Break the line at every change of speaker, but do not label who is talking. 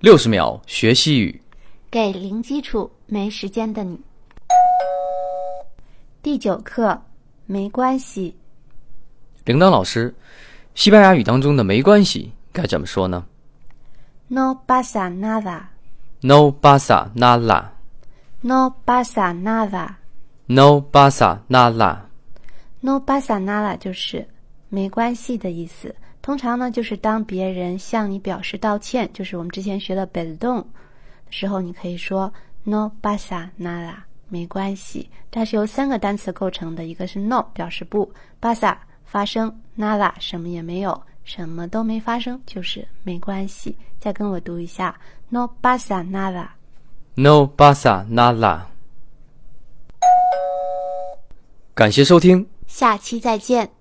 六十秒学西语。
给零基础没时间的你。第九课，没关系。
铃铛老师，西班牙语当中的“没关系”该怎么说呢
No pasa nada.
？No pasa nada。
No pasa nada.
No pasa nada。
No pasa nada 就是没关系的意思。通常呢，就是当别人向你表示道歉，就是我们之前学的 p e r d o 时候，你可以说 No pasa nada，没关系。它是由三个单词构成的，一个是 no 表示不，pasa 发生，nada 什么也没有，什么都没发生，就是没关系。再跟我读一下 No pasa nada。
No pasa nada。感谢收听。
下期再见。